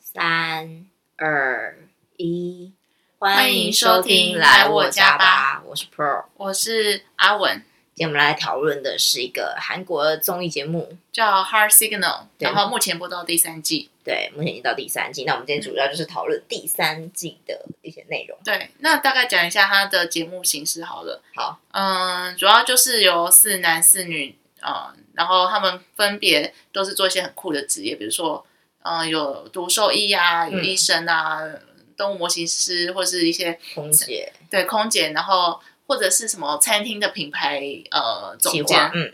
三二一，欢迎收听来我家吧，我是 Pro。我是阿文，今天我们来讨论的是一个韩国的综艺节目，叫 Heart Signal，对然后目前播到第三季。对，目前已经到第三季。那我们今天主要就是讨论第三季的一些内容。对，那大概讲一下它的节目形式好了。好，嗯，主要就是由四男四女，嗯，然后他们分别都是做一些很酷的职业，比如说，嗯，有毒兽医啊，有嗯医生啊，动物模型师，或是一些空姐对空姐，然后或者是什么餐厅的品牌呃总计监划，。嗯，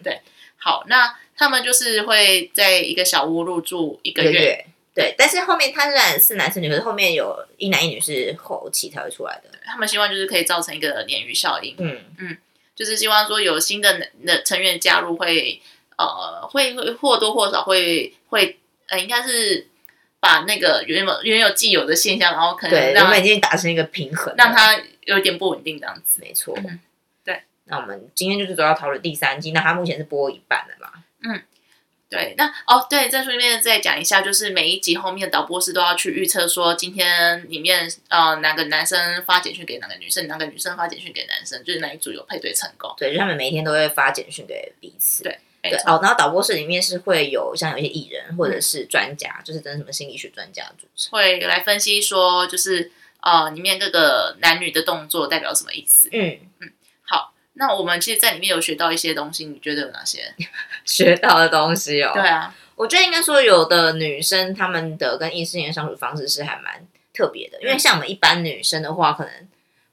好，那他们就是会在一个小屋入住一一个月，。对，但是后面他虽然是男是女，可是后面有一男一女是后期才会出来的。他们希望就是可以造成一个鲶鱼效应，嗯，就是希望说有新的的成员加入会呃会会或多或少会会呃应该是把那个原本原有既有的现象，然后可嗯能对，我让们已经达成一个平衡了，让它有点不稳定这样子。没错。嗯对，那我们今天就是主要讨论第三季，那它目前是播一半了嘛？对，那哦，对，在书里面再讲一下，就是每一集后面导播师都要去预测说，今天里面呃哪个男生发简讯给哪个女生，哪个女生发简讯给男生，就是哪一组有配对成功。对，就他们每一天都会发简讯给彼此。对没对错，哦，然后导播室里面是会有像有一些艺人或者是专家，就是真的什么心理学专家组成。会来分析说，就是呃里面各个男女的动作代表什么意思。嗯，好，那我们其实在里面有学到一些东西，你觉得有哪些？学到的东西哦。对，啊，我觉得应该说有的女生她们的跟异性恋相处方式是还蛮特别的，因为像我们一般女生的话，可能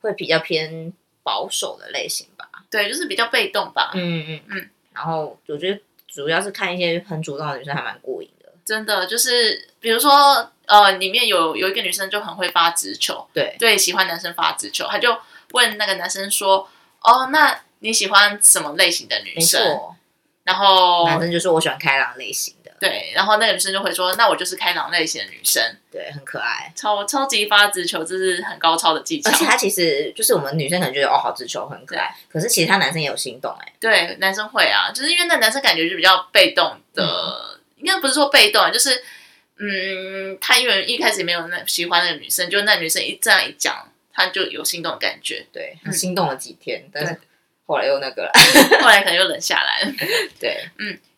会比较偏保守的类型吧。对，就是比较被动吧，嗯嗯嗯嗯。然后我觉得主要是看一些很主动的女生还蛮过瘾的。真的就是比如说呃里面有有一个女生就很会发直球，对，对喜欢男生发直球，她就问那个男生说，哦，那你喜欢什么类型的女没生？错，然后男生就说我喜欢开朗类型的，对，然后那个女生就会说，那我就是开朗类型的女生，对，很可爱。超超级发直球，这是很高超的技巧而。且他其实就是我们女生可能觉得哦好直球很可爱，可是其实他男生也有心动哎、对，男生会啊，就是因为那男生感觉就比较被动的，应该不是说被动，啊就是嗯，他因为一开始没有那喜欢那个女生，就那女生一这样一讲，他就有心动的感觉，对，嗯心动了几天，但是后来又那个了，后来可能又冷下来了。 对，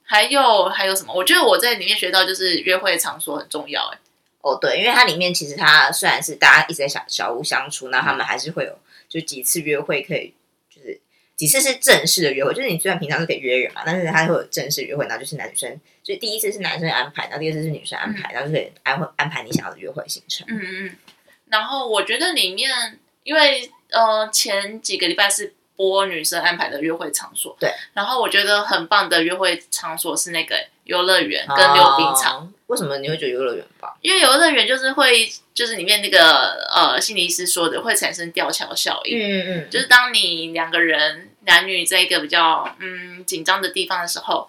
还有还有什么？我觉得我在里面学到就是约会场所很重要、欸，哦对，因为它里面其实它虽然是大家一直在小小屋相处，那他们还是会有就几次约会可以，就是几次是正式的约会，就是你虽然平常是可以约人嘛，但是他会有正式约会，然后就是男女生，所以第一次是男生安排，然后第二次是女生安排，然后就可以安排安排你想要的约会行程，嗯嗯嗯。然后我觉得里面，因为呃前几个礼拜是播女生安排的约会场所，对。然后我觉得很棒的约会场所是那个游乐园跟溜冰场。哦为什么你会觉得游乐园吧？因为游乐园就是会，就是里面那个呃心理师说的会产生吊桥效应，嗯嗯，就是当你两个人男女在一个比较嗯紧张的地方的时候，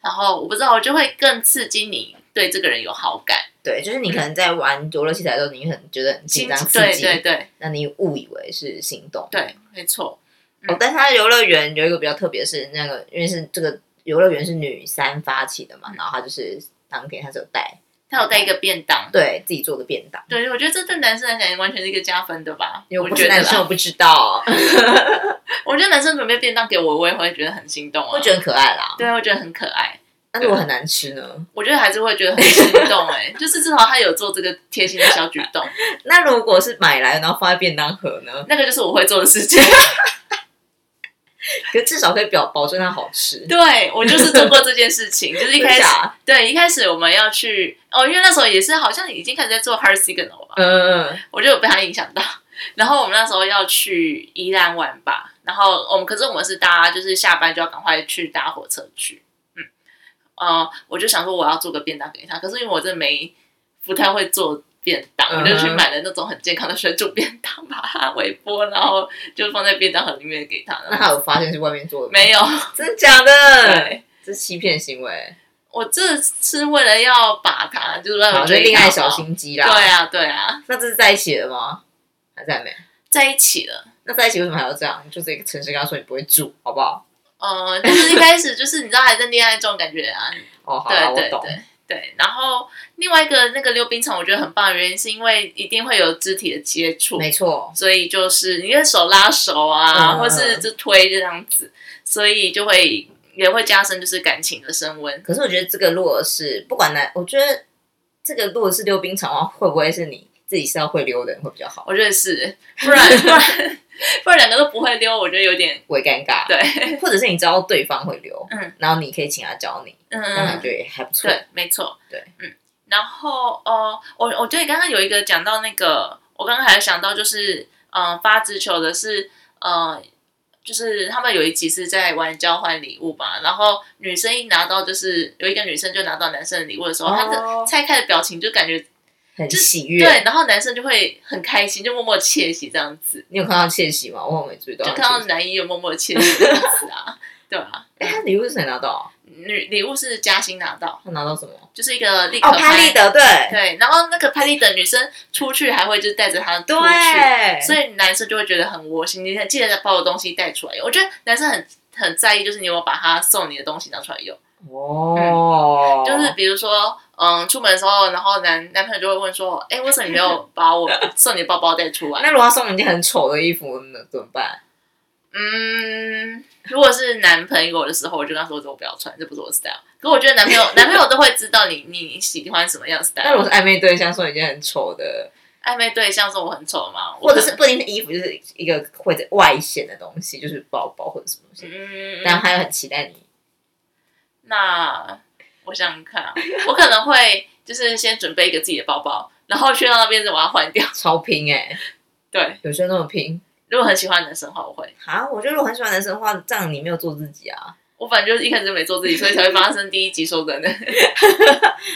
然后我不知道，我就会更刺激你对这个人有好感，对，就是你可能在玩游乐器材的时候，你很觉得很紧张刺对激，对对那你误以为是心动。对，嗯没错，哦，但是它的游乐园有一个比较特别，是那个因为是这个游乐园是女三发起的嗯嘛，然后她就是当天她是有带他有带一个便当，对自己做的便当，对，我觉得这对男生来讲完全是一个加分的吧，因为我不觉是得男生，我啦，不知道， 我觉得男生准备便当给我，我也会觉得很心动啊，会觉得很可爱啦。对，我觉得很可爱。但是我很难吃呢。我觉得还是会觉得很心动哎、 就是至少他有做这个贴心的小举动，那如果是买来然后放在便当盒呢？那个就是我会做的事情。 可至少可以表保证它好吃。对我就是做过这件事情，就是一真开始假对一开始我们要去哦，因为那时候也是好像已经开始在做 hard signal 了吧，嗯，我就有被他影响到。 然后我们那时候要去宜兰玩吧，然后我们可是我们是搭就是下班就要赶快去搭火车去，嗯，呃，我就想说我要做个便当给他，可是因为我真的没不太会做便当，我就去嗯哼买了那种很健康的水煮便当，把它微波，然后就放在便当盒里面给他。那他有发现是外面做的吗？ 没有，真的假的？对，这是欺骗行为。我这是为了要把他，就是为好，了就追恋爱他小嘛。心机对啦。啊，对啊，那这是在一起了吗？还在没？在一起了。那在一起为什么还要这样？你就是一个诚实跟他说你不会住，好不好？嗯呃，就是一开始就是你知道还在恋爱中，感觉啊， 哦，好对啦，我对懂。对对，然后另外一个那个溜冰场，我觉得很棒的原因是因为一定会有肢体的接触，没错，所以就是你的手拉手啊，嗯或是就推这样子，所以就会也会加深就是感情的升温。可是我觉得这个如果是不管男，我觉得这个如果是溜冰场的话，会不会是你自己是要会溜的人会比较好？我觉得是，不然 不然不然两个都不会溜，我觉得有点不会尴尬，对，或者是你知道对方会溜，嗯，然后你可以请他教你，那感嗯，觉也还不错。对，没错，对，嗯。然后呃，我我觉得刚刚有一个讲到那个，我刚刚还想到就是，嗯、发直球的是呃。就是他们有一集是在玩交换礼物吧，然后女生一拿到，就是有一个女生就拿到男生的礼物的时候，她的哦拆开的表情就感觉很就是喜悦。对，然后男生就会很开心，就默默窃喜这样子，你有看到窃喜吗？我好像没注意到就窃喜。看到男一有默默窃喜这样子啊， 对啊，哎，他礼物是谁拿到啊？女礼物是嘉欣拿到，他拿到什么？哦，就是一个立可拍立得，对对，然后那个拍立得女生出去还会就是带着她出去，对，所以男生就会觉得很窝心，你记得把我东西带出来用。我觉得男生很很在意，就是你有没有把他送你的东西拿出来用，哦，就是比如说。嗯，出门的时候，然后男男朋友就会问说：“哎、为什么你没有 把我送你的包包带出来？”那如果他送你一件很丑的衣服，那怎么办？嗯，如果是男朋友的时候，我就跟他说这我不要穿，这不是我的 style。可我觉得男 朋友男朋友都会知道你你喜欢什么样的那如 style。果是暧昧对象送你一件很丑的，暧昧对象说我很丑吗？我或者是不一定是衣服，就是一个或者外显的东西，就是包包或者什么东西，嗯，但他又很期待你。那我想想看啊，我可能会就是先准备一个自己的包包，然后去到那边就把它换掉。超拼哎、对，有些人那么拼如果很喜欢男生的话，我会。啊！我觉得如果很喜欢男生的话，这样你没有做自己啊？我反正就是一开始就没做自己，所以才会发生第一集说真的。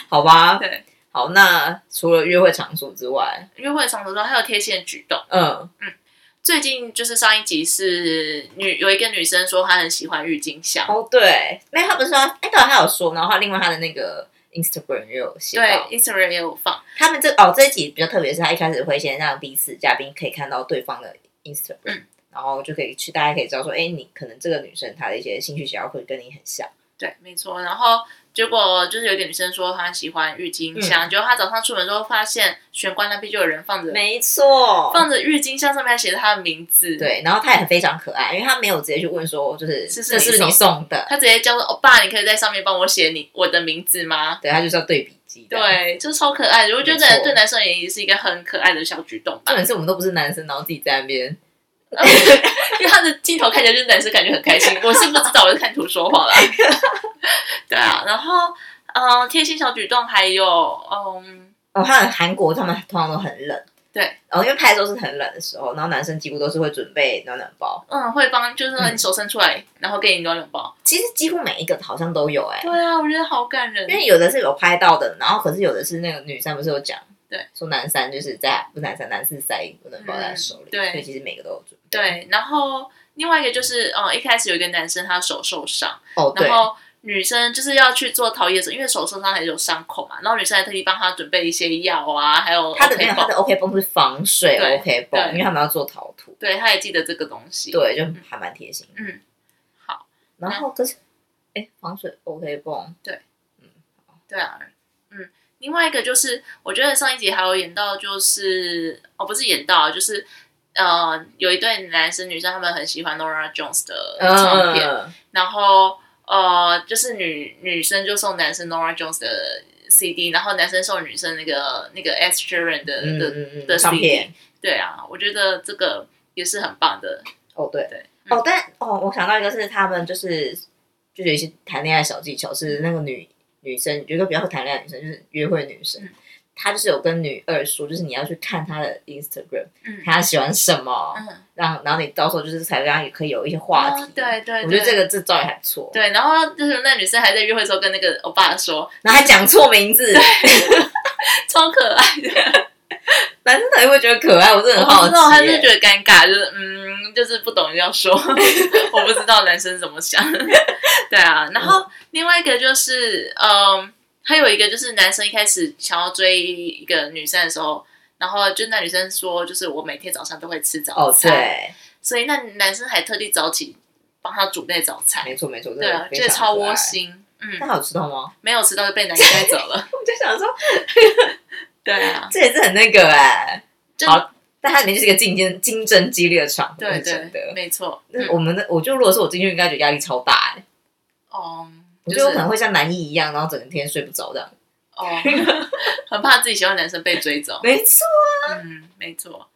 好吧，对，好，那除了约会场所之外，约会场的时候还有贴心的举动。嗯，最近就是上一集是女有一个女生说她很喜欢郁金香，哦对，没有他不是说，哎、对，他有说，然后他另外他的那个 Instagram 也有写对到， ，Instagram 也有放，他们这哦这一集比较特别，是他一开始会先让彼此嘉宾可以看到对方的 Instagram，、嗯然后就可以去大家可以知道说，哎，你可能这个女生她的一些兴趣喜好会跟你很像，对，没错。然后结果就是有一个女生说她喜欢郁嗯金香，结果她早上出门之后发现玄关那边就有人放着没错放着郁金香，上面还写着她的名字，，对，然后她也非常可爱，因为她没有直接去问说，就是是这是你不是你送的，她直接叫说：“欧巴，你可以在上面帮我写你我的名字吗对，她就是要对笔记的。，对，就超可爱的，我觉没得错对男生也是一个很可爱的小举动吧 重，点是我们都不是男生，然后自己在那边，因为他的镜头看起来就是男生感觉很开 心，我是不知道，我是看图说话啦。对啊，然后嗯，贴心小举动还有嗯，哦，还有韩国他们通常都很冷，对，哦，因为拍的时候是很冷的时候，然后男生几乎都是会准备暖暖包，嗯，会帮就是说你手伸出来，然后给你暖暖包。其实几乎每一个好像都有、哎，对啊，我觉得好感人因。为有的是有拍到的，然后可是有的是那个女生不是有讲，对，说男三就是在不是男三男四塞一个暖包在手里，嗯对所以其实每个都有准备。对，然后另外一个就是嗯，一开始有一个男生他手受伤，哦对然，后。女生就是要去做陶艺的时候，因为手受伤还有伤口嘛，然后女生还特地帮他准备一些药啊，还有他的 OK 那个绷他的 OK 绷是防水对 OK 对绷，因为他们要做陶土，对，他也记得这个东西。，对，就还蛮贴心。嗯，好，然后可是，哎，防水 OK 绷，对啊，嗯，另外一个就是，我觉得上一集还有演到，就是哦，不是演到，就是呃，有一对男生女生，他们很喜欢 Nora Jones 的唱片，嗯，然后呃，就是女女生就送男生 Nora Jones 的 CD，然后男生送女生那个那个 S Sheeran 的嗯的、嗯的嗯，唱 CD 片，对啊，我觉得这个也是很棒的，哦对对，嗯哦但哦我想到一个是他们就是就是有一些谈恋爱小技巧，是那个女女生，有一个比较会谈恋爱的女生，就是约会女生嗯。她就是有跟女二说，就是你要去看她的 Instagram，嗯看她喜欢什么，嗯，让然后你到时候就是才让也可以有一些话题。哦对对，我觉得这个。个这招也还不错。对，然后就是那女生还在约会的时候跟那个欧巴说，然后还讲错名字，超可爱的。男生可能会觉得可爱，我真的很好我不奇知道，哦他耶。哦是觉得尴尬，就是嗯，就是不懂要说， 我不知道男生怎么想。 对啊，然后另外一个就是，嗯，还有一个就是男生一开始想要追一个女生的时候，然后就那女生说，就是我每天早上都会吃早哦，餐，对，所以那男生还特地早起帮她准备早餐，没错没错，真对啊的，非觉得常超可窝爱。心。那嗯，还有吃到吗？没有吃到就被男生带走了。 我就想说，对啊，这也是很那个哎、就好，但它里面就是一个竞争竞争激烈的场合，对真对，的。没错。嗯那我们的，我就如果是我进去，应该觉得压力超大哎、哦，我就觉得我是可能会像南艺一样，然后整天睡不着这样。哦， 很怕自己喜欢的男生被追走。没错。嗯，没错。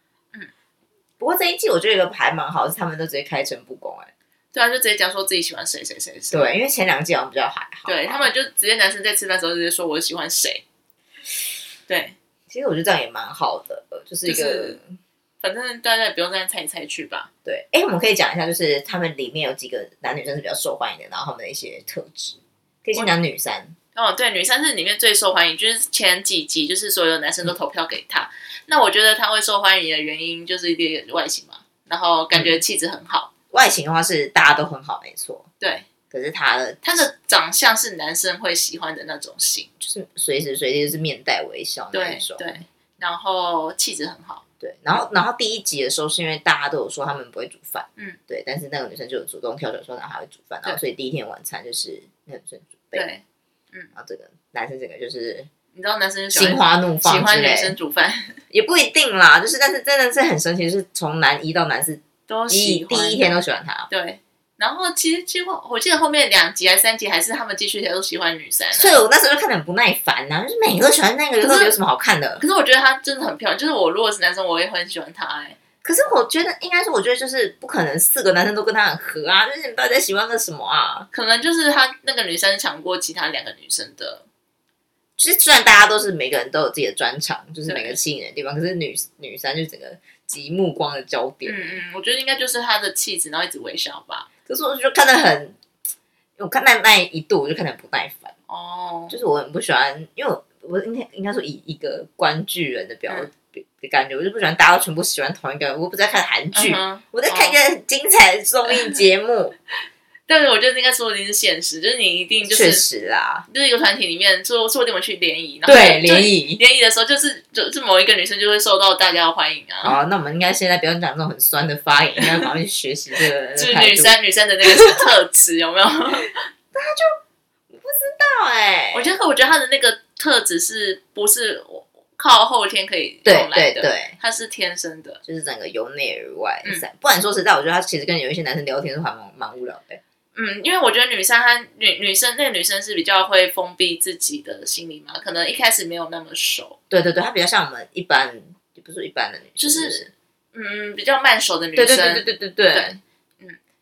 不过这一季我觉得有一个还蛮好，是他们都直接开诚布公哎、对啊，就直接讲说自己喜欢谁谁谁谁。对，因为前两季好像比较还好。对他们就直接男生在吃饭的时候直接说我喜欢谁。对，其实我觉得这样也蛮好的，就是一个、就是反正大家也不用再猜来猜去吧。对。哎，我们可以讲一下，就是他们里面有几个男女生是比较受欢迎的，然后他们的一些特质，可以先讲女三。哦，对，女生是里面最受欢迎，就是前几集就是所有男生都投票给她。那我觉得她会受欢迎的原因就是一点外形嘛，然后感嗯觉气质很好，外形的话是大家都很好，没错。对，可是她的她的长相是男生会喜欢的那种型，就是随时随地就是面带微笑那对一种。对，然后气质很好，对，然后然后第一集的时候是因为大家都有说他们不会煮饭，嗯，对，但是那个女生就有主动跳出来说她会煮饭，然后对所以第一天晚餐就是那个女生准备，对，然后这个男生整个就是你知道男生就喜心花欢怒放，喜欢女生，煮饭也不一定啦，就是但是真的是很神奇，就是从男一到男四，都第喜一欢，第一天都喜欢他，对。然后其实其实我记得后面两集还是三集还是他们继续都喜欢女生、啊，所以我那时候就看得很不耐烦呐、就是每个都喜欢那个，可到是底有什么好看的？可是我觉得她真的很漂亮，就是我如果是男生我也会很喜欢她、哎，可是我觉得应该是，我觉得就是不可能四个男生都跟他很合啊，就是你到底在喜欢个什么啊？可能就是她那个女生抢过其他两个女生的，其实虽然大家都是每个人都有自己的专长，就是对每个吸引人的地方，可是女女生就整个集目光的焦嗯点。嗯，我觉得应该就是她的气质，然后一直微笑吧。可是我就看得很，我看那那一度我就看得很不耐烦，哦，就是我很不喜欢，因为我我应该应该说以一个观剧人的表、嗯的感觉，我就不喜欢大家都全部喜欢同一个人。我不在看韩剧，嗯哼我在看一个很精彩的综 艺节目。但是我觉得应该说不定是现实，就是你一定就确、是实啦，就是一个团体里面，说说不定我们去联谊，然后对就联。谊。联谊的时候，就是就是某一个女生就会受到大家的欢迎啊，好，那我们应该现在不要讲这种很酸的发言，应该马上去学习这个 就是态女度生女生的那个特质有 没有？哎、我觉得我觉得她的那个特质是不是靠后天可以对用来对的？对，她是天生的。就是整个由内而外嗯散。不然说实在，我觉得他其实跟有一些男生聊天是还蛮蛮无聊的欸、嗯，因为我觉得女生她女女生那个女生是比较会封闭自己的心理嘛，可能一开始没有那么熟，对对对，他比较像我们一般，也不是一般的女就生，是嗯，比较慢熟的女对生。对对对对对对对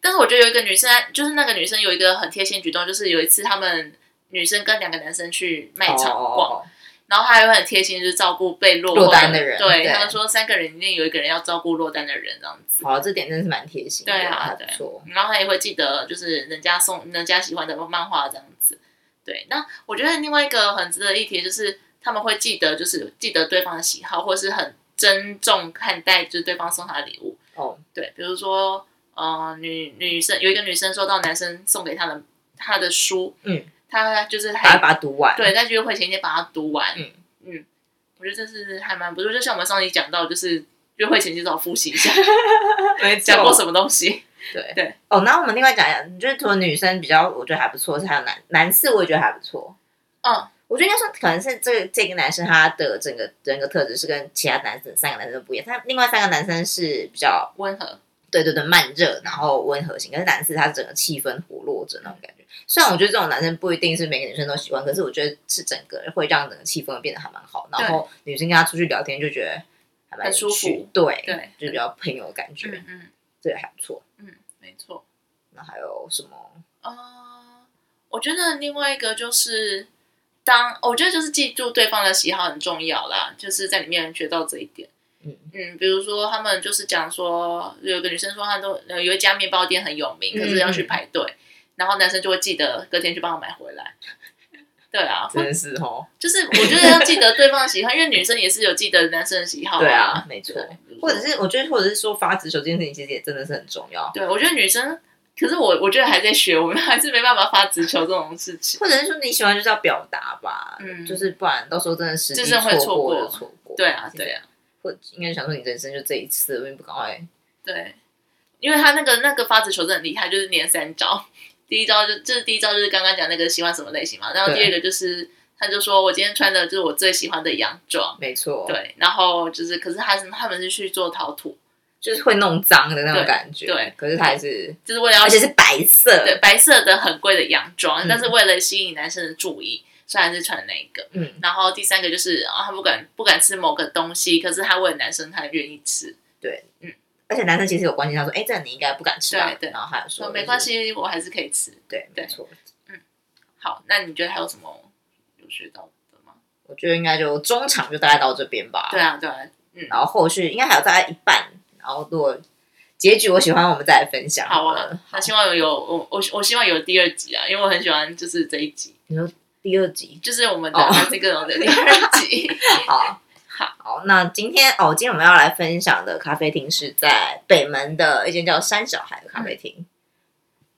但是我觉得有一个女生，就是那个女生有一个很贴心举动，就是有一次她们女生跟两个男生去卖场哦逛，哦哦然后她还会很贴心，就是照顾被落落后单的人对，对他们说三个人里面有一个人要照顾落单的人这样子。好，哦这点真的是蛮贴心的，对啊还对不错。然后他也会记得就是人家送人家喜欢的漫画这样子。对，那我觉得另外一个很值得一提就是他们会记得就是记得对方的喜好，或是很珍重看待就是对方送他的礼物。哦，对，比如说呃女女生有一个女生收到男生送给她的她的书，嗯，她就是把它还把它读完，哎对在约会前一天把它读完，嗯嗯，我觉得这是还蛮不错，就像我们上集讲到，就是约会前至少复习一下没讲过什么东西。对对。 哦，然后我们另外讲一下，就是除了女生比较，我觉得还不错，是还有男男士，我也觉得还不错。嗯，我觉得应该说，可能是这个这个男生他的整个人格特质是跟其他男生三个男生都不一样，他另外三个男生是比较温和，对对对，慢热，然后温和型。可是男士他整个气氛活络着那种感觉。虽然我觉得这种男生不一定是每个女生都喜欢，可是我觉得是整个会让整个气氛变得还蛮好。然后女生跟他出去聊天就觉得还蛮有趣很舒服，对，对，就比较朋友的感觉，嗯嗯这个还不错。嗯，没错。那还有什么？呃，我觉得另外一个就是当，我觉得就是记住对方的喜好很重要啦，就是在里面学到这一点。嗯嗯，比如说他们就是讲说，有个女生说她都呃有一家面包店很有名，可是要嗯去排队，然后男生就会记得隔天去帮我买回来。对 啊，真的是哦，就是我觉得要记得对方的喜好，因为女生也是有记得男生的喜好、对啊，，没错哦对。，或者是我觉得，或者是说发直球这件事情，其实也真的是很重要。对，我觉得女生，可是我我觉得还在学，我们还是没办法发直球这种事情。或者是说你喜欢就是要表达吧，嗯就是不然到时候真的时机就是会错错过过就错过。对啊，对啊，或应该想说你人生就这一次，为什么不赶快对，因为他那个那个发直球真的很厉害，就是连三招，第一招就就是第一招就是刚刚讲那个喜欢什么类型嘛，然后对第二个就是他就说我今天穿的就是我最喜欢的洋装，没错，，对，然后就是可是他是他们是去做陶土，就是会弄脏的那种对感觉，对可是它还是，就是为了要而且是白色，对白色的很贵的洋装，嗯但是为了吸引男生的注意，虽然是穿那一个。嗯，然后第三个就是啊、他不敢不敢吃某个东西，可是他为了男生他愿意吃，而且男生其实有关心他说，哎，这个你应该不敢吃吧？对对然后他有说说没关系，系，我还是可以吃。对，对没错，好，那你觉得还有什么有学到的吗？我觉得应该就中场就大概到这边吧，对啊，对啊，嗯，然后后续应该还有大概一半，然后如果结局我喜欢，我们再来分享好了啊。那希望有有我我我希望有第二集啊，因为我很喜欢就是这一集，第二集，就是我们的哦还是各种的第二 集。好， 好，好，那今天哦，今天我们要来分享的咖啡厅是在北门的一间叫山小孩的咖啡厅。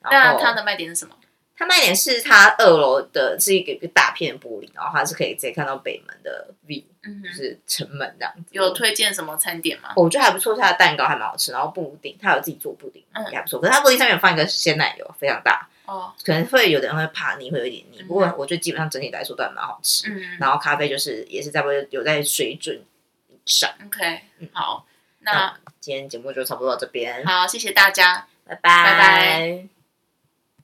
然嗯那后它的卖点是什么？它卖点是它二楼的是一个一个大片玻璃，然后它是可以直接看到北门的 view，嗯就哼，是城门这样子。有推荐什么餐点吗？哦我觉得还不错，是它的蛋糕还蛮好吃，然后布丁，它有自己做布丁，嗯也还不错。可是它布丁上面有放一个鲜奶油，非常大，哦，可能会有的人会怕腻，会有一点腻。嗯不过我觉得基本上整体来说都还蛮好吃。嗯然后咖啡就是也是差不多有在水准以上。 ，OK，嗯好，那今天节目就差不多到这边，好，谢谢大家。拜拜拜